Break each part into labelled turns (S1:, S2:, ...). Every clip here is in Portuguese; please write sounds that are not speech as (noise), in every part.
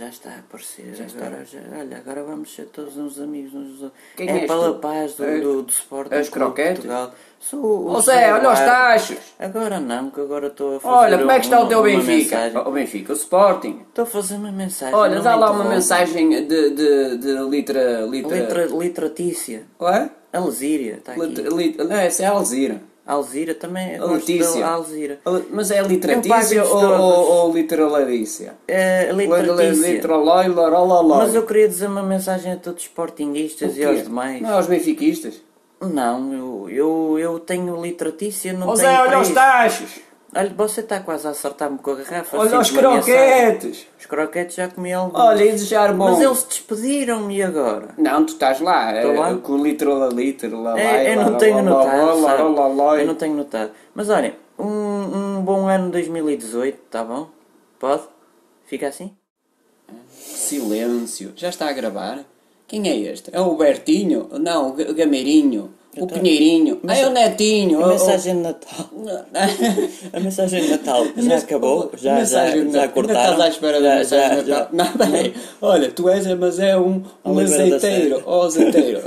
S1: Já está a aparecer. agora, já- olha, agora vamos ser todos uns amigos. Uns... dos
S2: Quem
S1: é
S2: és
S1: pela
S2: tu?
S1: paz do,
S2: É-
S1: do, do Sporting
S2: és
S1: Clube de
S2: croquete?
S1: Portugal. Sou o
S2: Ó Zé, olha os
S1: Eduardo.
S2: tachos.
S1: Agora não, que agora estou a fazer
S2: é Olha, como é que está o
S1: uma-
S2: teu
S1: uma
S2: Benfica?
S1: mensagem. oh,
S2: O Benfica, o Sporting.
S1: Estou a fazer uma mensagem.
S2: Olha,
S1: não é
S2: dá
S1: me
S2: lá uma
S1: interrompa.
S2: mensagem de, de, de litra. Litra.
S1: Litra- Litratícia.
S2: Ué?
S1: Alzíria, está aqui.
S2: Litra- lit- é? Não, essa é a Alzira.
S1: Alzira também é
S2: A Letícia.
S1: Alzira.
S2: A- Mas é
S1: Eu
S2: litratícia
S1: pago-lhes
S2: ou,
S1: todos.
S2: ou, ou litraladícia?
S1: É, Litratícia.
S2: Litralói, larololói.
S1: Mas eu queria dizer uma mensagem a todos os sportinguistas e aos demais.
S2: Não, é aos benfiquistas.
S1: Não, eu, eu, eu tenho litratícia, não
S2: Ó
S1: tenho
S2: Zé, olha
S1: para
S2: os
S1: isso.
S2: tachos.
S1: Olha, você está quase a acertar-me com a garrafa.
S2: Olha os
S1: sinto-me ameaçado.
S2: croquetes.
S1: Os croquetes já comi alguns.
S2: Olha, e desejar bom.
S1: Mas eles despediram-me agora.
S2: Não, tu estás lá,
S1: Tô
S2: eh,
S1: lá.
S2: com o litrola litrola
S1: É, eu não tenho notado, sabe? Eu não tenho notado. Mas olha, um, um bom ano 2018, tá bom? Pode? Fica assim?
S2: Silêncio, já está a gravar? Quem é este? É o Bertinho? Não, o Ga- o Gameirinho, o Pinheirinho, ah, é o Netinho. o- (laughs)
S1: de Natal.
S2: o-
S1: A mensagem de
S2: (laughs)
S1: Natal já acabou? Já, já,
S2: Mensagem de
S1: já
S2: Natal. Ainda
S1: cortaram?
S2: estás à espera da mensagem de (laughs) Natal. Não, peraí. Olha, tu és, mas é um, um
S1: Oliveira da
S2: azeiteiro.
S1: Serra. (laughs)
S2: Ó, azeiteiro.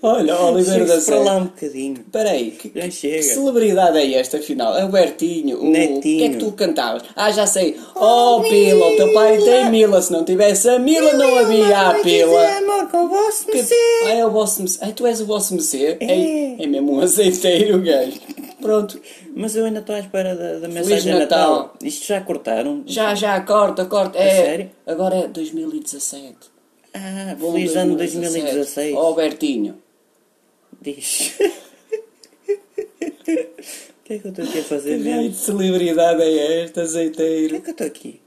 S2: Olha, Oliveira da
S1: Chega-se para lá
S2: Serra.
S1: um bocadinho.
S2: Peraí, que,
S1: Já
S2: que-
S1: chega.
S2: que celebridade é esta afinal? É o Bertinho, o
S1: Netinho.
S2: O que é que tu cantavas? Ah, já sei. Oh, Pila, o teu pai tem Mila. Se não tivesse a Mila, não havia a Pila.
S1: amor com o vosso
S2: Que- Ah, é o vosso MC. Ai, tu és o vosso MC? É, é mesmo um azeiteiro, gajo. Pronto.
S1: Mas eu ainda estou à espera da, da mensagem de
S2: Natal.
S1: Natal. Isto já cortaram?
S2: Já, já, corta, corta. É,
S1: sério?
S2: Agora é 2017.
S1: Ah,
S2: Bom
S1: feliz ano 2016.
S2: Ó, Oh, Bertinho.
S1: Diz. (laughs) O que é que eu estou aqui a fazer
S2: Que raio
S1: mesmo?
S2: de celebridade é esta,
S1: O que é
S2: azeiteiro?
S1: que eu estou aqui?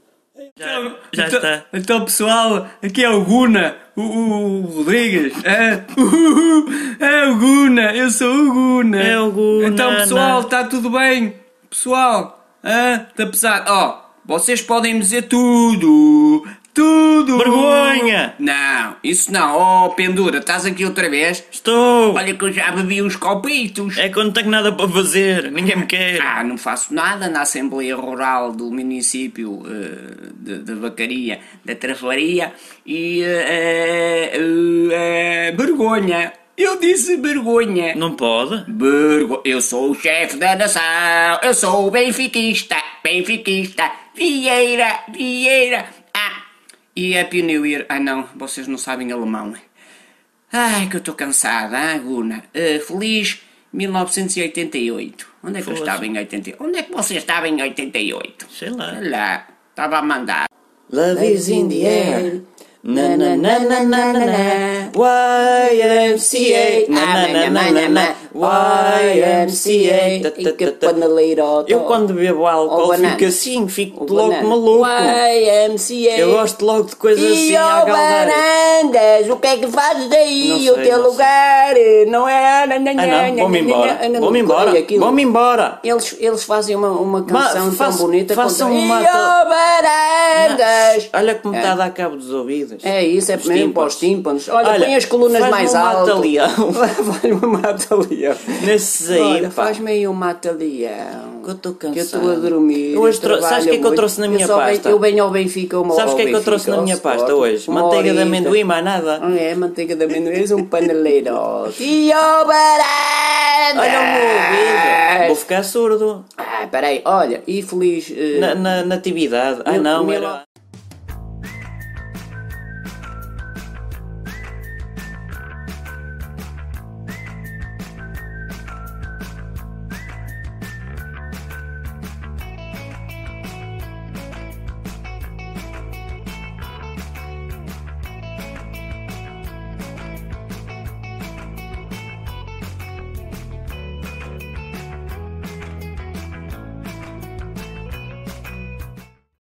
S3: Então,
S1: Já
S3: então-
S1: está.
S3: Então, pessoal, aqui é o Guna, o, o- o Rodrigues. É, Uhuhu, é o Guna, eu sou o Guna.
S1: É o Guna,
S3: Então, pessoal,
S1: não.
S3: está tudo bem? Pessoal, está pesado. Ó, vocês podem dizer tudo. Tudo!
S1: Vergonha.
S3: Não, isso não. Oh, pendura, estás aqui outra vez?
S1: Estou!
S3: Olha que eu já bebi uns copitos.
S1: É que eu não tenho nada para fazer, ninguém me quer.
S3: Ah, não faço nada na Assembleia Rural do município eh, de, de Vacaria, da Travaria, e eh, eh, eh, vergonha. Eu disse vergonha.
S1: Não pode?
S3: Vergo- Eu sou o chefe da nação, eu sou o benfiquista, benfiquista, Vieira, Vieira. Ah, e Happy New Year. Ah não, vocês não sabem alemão. é? Ai, que eu estou cansada, ah, Guna. Ah, feliz 1988. Onde é que eu
S1: Foda-se.
S3: estava em 88? Onde é que você estava em 88?
S1: Sei lá.
S3: Sei lá, estava a mandar.
S1: Love is in the air. Na na na na na na na. YMCA. Na na na na na na. YMCA. Ta, ta, ta, ta. Eu quando bebo álcool
S2: Ou banana.
S1: fico assim, fico
S2: O
S1: logo
S2: banana.
S1: maluco.
S2: YMCA.
S1: Eu gosto logo de coisas assim
S2: E
S1: a
S2: ó,
S1: galera.
S2: Barandas, o que é que fazes
S1: Não
S2: aí?
S1: sei,
S2: o teu
S1: não
S2: lugar não é.
S1: Ah não, vou-me embora.
S2: Ah, não,
S1: Vou-me embora.
S2: olha aquilo.
S1: Vou-me embora.
S2: Eles, eles fazem uma, uma
S1: Ma-
S2: canção
S1: faça-
S2: tão bonita
S1: façam
S2: quanto...
S1: uma-
S2: E ó, Barandas!
S1: Olha como está
S2: É.
S1: a dar cabo dos ouvidos.
S2: É isso, é
S1: Os
S2: mesmo para os tímpanos. Olha, põe as colunas
S1: faz-me
S2: mais
S1: um
S2: alto.
S1: (laughs) mata-leão.
S2: Faz-me um mata-leão.
S1: Nesses aí,
S2: Olha,
S1: pá.
S2: faz-me aí um mata-leão.
S1: Que eu estou
S2: Que eu
S1: cansado.
S2: estou a dormir.
S1: Eu hoje trou-
S2: trabalho
S1: sabes o que é que eu
S2: muito.
S1: trouxe na
S2: Eu
S1: minha
S2: só venho-
S1: pasta?
S2: Eu venho ao Benfica uma
S1: Sabes o
S2: ao
S1: que é que eu
S2: Benfica,
S1: trouxe na
S2: ao
S1: minha pasta
S2: Sporting,
S1: hoje?
S2: uma
S1: Manteiga de
S2: horita.
S1: amendoim, mais nada.
S2: Ah, É, manteiga de amendoim, és um
S1: (laughs)
S2: paneleiro. Tio Baranda!
S1: Olha o meu ouvido. Vou ficar surdo.
S2: Ah, peraí, olha, e feliz... eh,
S1: Na, na natividade. Ah não,
S2: mil-
S1: era...